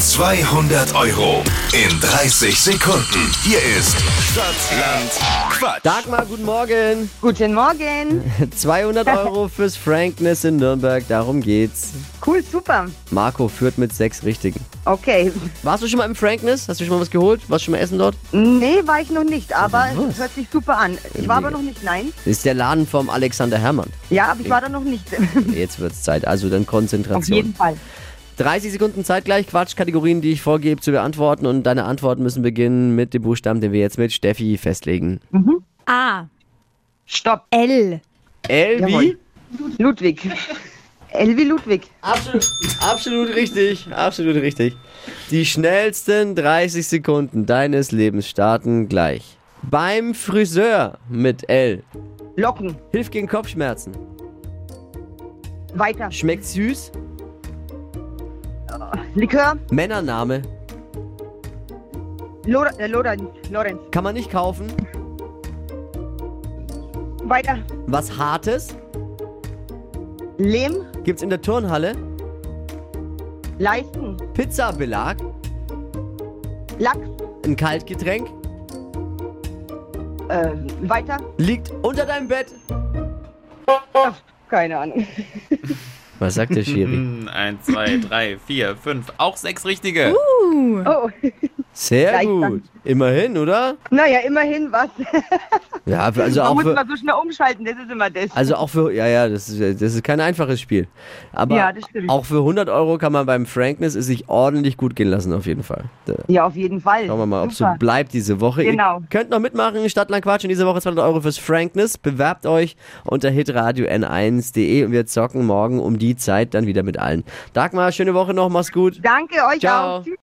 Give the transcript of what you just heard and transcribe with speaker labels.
Speaker 1: 200 Euro in 30 Sekunden. Hier ist Stadtland Quatsch.
Speaker 2: Dagmar, guten Morgen.
Speaker 3: Guten Morgen.
Speaker 2: 200 Euro fürs Frankness in Nürnberg, darum geht's.
Speaker 3: Cool, super.
Speaker 2: Marco führt mit sechs Richtigen.
Speaker 3: Okay.
Speaker 2: Warst du schon mal im Frankness? Hast du schon mal was geholt? Warst du schon mal essen dort?
Speaker 3: Nee, war ich noch nicht, aber
Speaker 2: Was?
Speaker 3: es hört sich super an. Ich war aber noch nicht, nein.
Speaker 2: Ist der Laden vom Alexander Herrmann.
Speaker 3: Ja, aber ich war da noch nicht.
Speaker 2: Jetzt wird's Zeit, also dann
Speaker 3: Auf jeden
Speaker 2: Konzentration.
Speaker 3: Fall.
Speaker 2: 30 Sekunden Zeit gleich, Quatschkategorien, die ich vorgebe, zu beantworten. Und deine Antworten müssen beginnen mit dem Buchstaben, den wir jetzt mit Steffi festlegen.
Speaker 4: A.
Speaker 3: Stopp.
Speaker 4: L.
Speaker 2: L wie?
Speaker 3: Jawohl. Ludwig. Elvi Ludwig.
Speaker 2: Absolut, absolut richtig, absolut richtig. Die schnellsten 30 Sekunden deines Lebens starten gleich. Beim Friseur mit L.
Speaker 3: Locken.
Speaker 2: Hilft gegen Kopfschmerzen.
Speaker 3: Weiter.
Speaker 2: Schmeckt süß.
Speaker 3: Likör.
Speaker 2: Männername.
Speaker 3: Lor äh, Lorenz. Lorenz.
Speaker 2: Kann man nicht kaufen.
Speaker 3: Weiter.
Speaker 2: Was Hartes.
Speaker 3: Lehm.
Speaker 2: Gibt's in der Turnhalle.
Speaker 3: Leisten.
Speaker 2: Pizzabelag.
Speaker 3: Lachs.
Speaker 2: Ein Kaltgetränk.
Speaker 3: Äh, weiter.
Speaker 2: Liegt unter deinem Bett.
Speaker 3: Ach, keine Ahnung.
Speaker 2: Was sagt der Schiri?
Speaker 5: Hm, Eins, zwei, drei, vier, fünf, auch sechs richtige.
Speaker 3: Oh.
Speaker 2: Sehr
Speaker 3: Gleich dann.
Speaker 2: gut. Immerhin, oder?
Speaker 3: Naja, immerhin was.
Speaker 2: Ja, also
Speaker 3: Man
Speaker 2: auch
Speaker 3: muss
Speaker 2: für,
Speaker 3: mal so schnell umschalten, das ist immer das.
Speaker 2: Also auch für, ja, ja, das ist, das ist kein einfaches Spiel. Aber
Speaker 3: Ja, das stimmt.
Speaker 2: auch für 100 Euro kann man beim Frankness es sich ordentlich gut gehen lassen, auf jeden Fall. Da
Speaker 3: ja, auf jeden Fall.
Speaker 2: schauen wir mal, ob es so
Speaker 3: Super.
Speaker 2: bleibt diese Woche.
Speaker 3: Genau.
Speaker 2: Ihr könnt noch mitmachen, Stadtland Quatsch, in dieser Woche 200 Euro fürs Frankness. Bewerbt euch unter hitradio n1.de und wir zocken morgen um die Zeit dann wieder mit allen. Dagmar, schöne Woche noch, mach's gut.
Speaker 3: Danke euch
Speaker 2: Ciao.
Speaker 3: auch. Tschüss.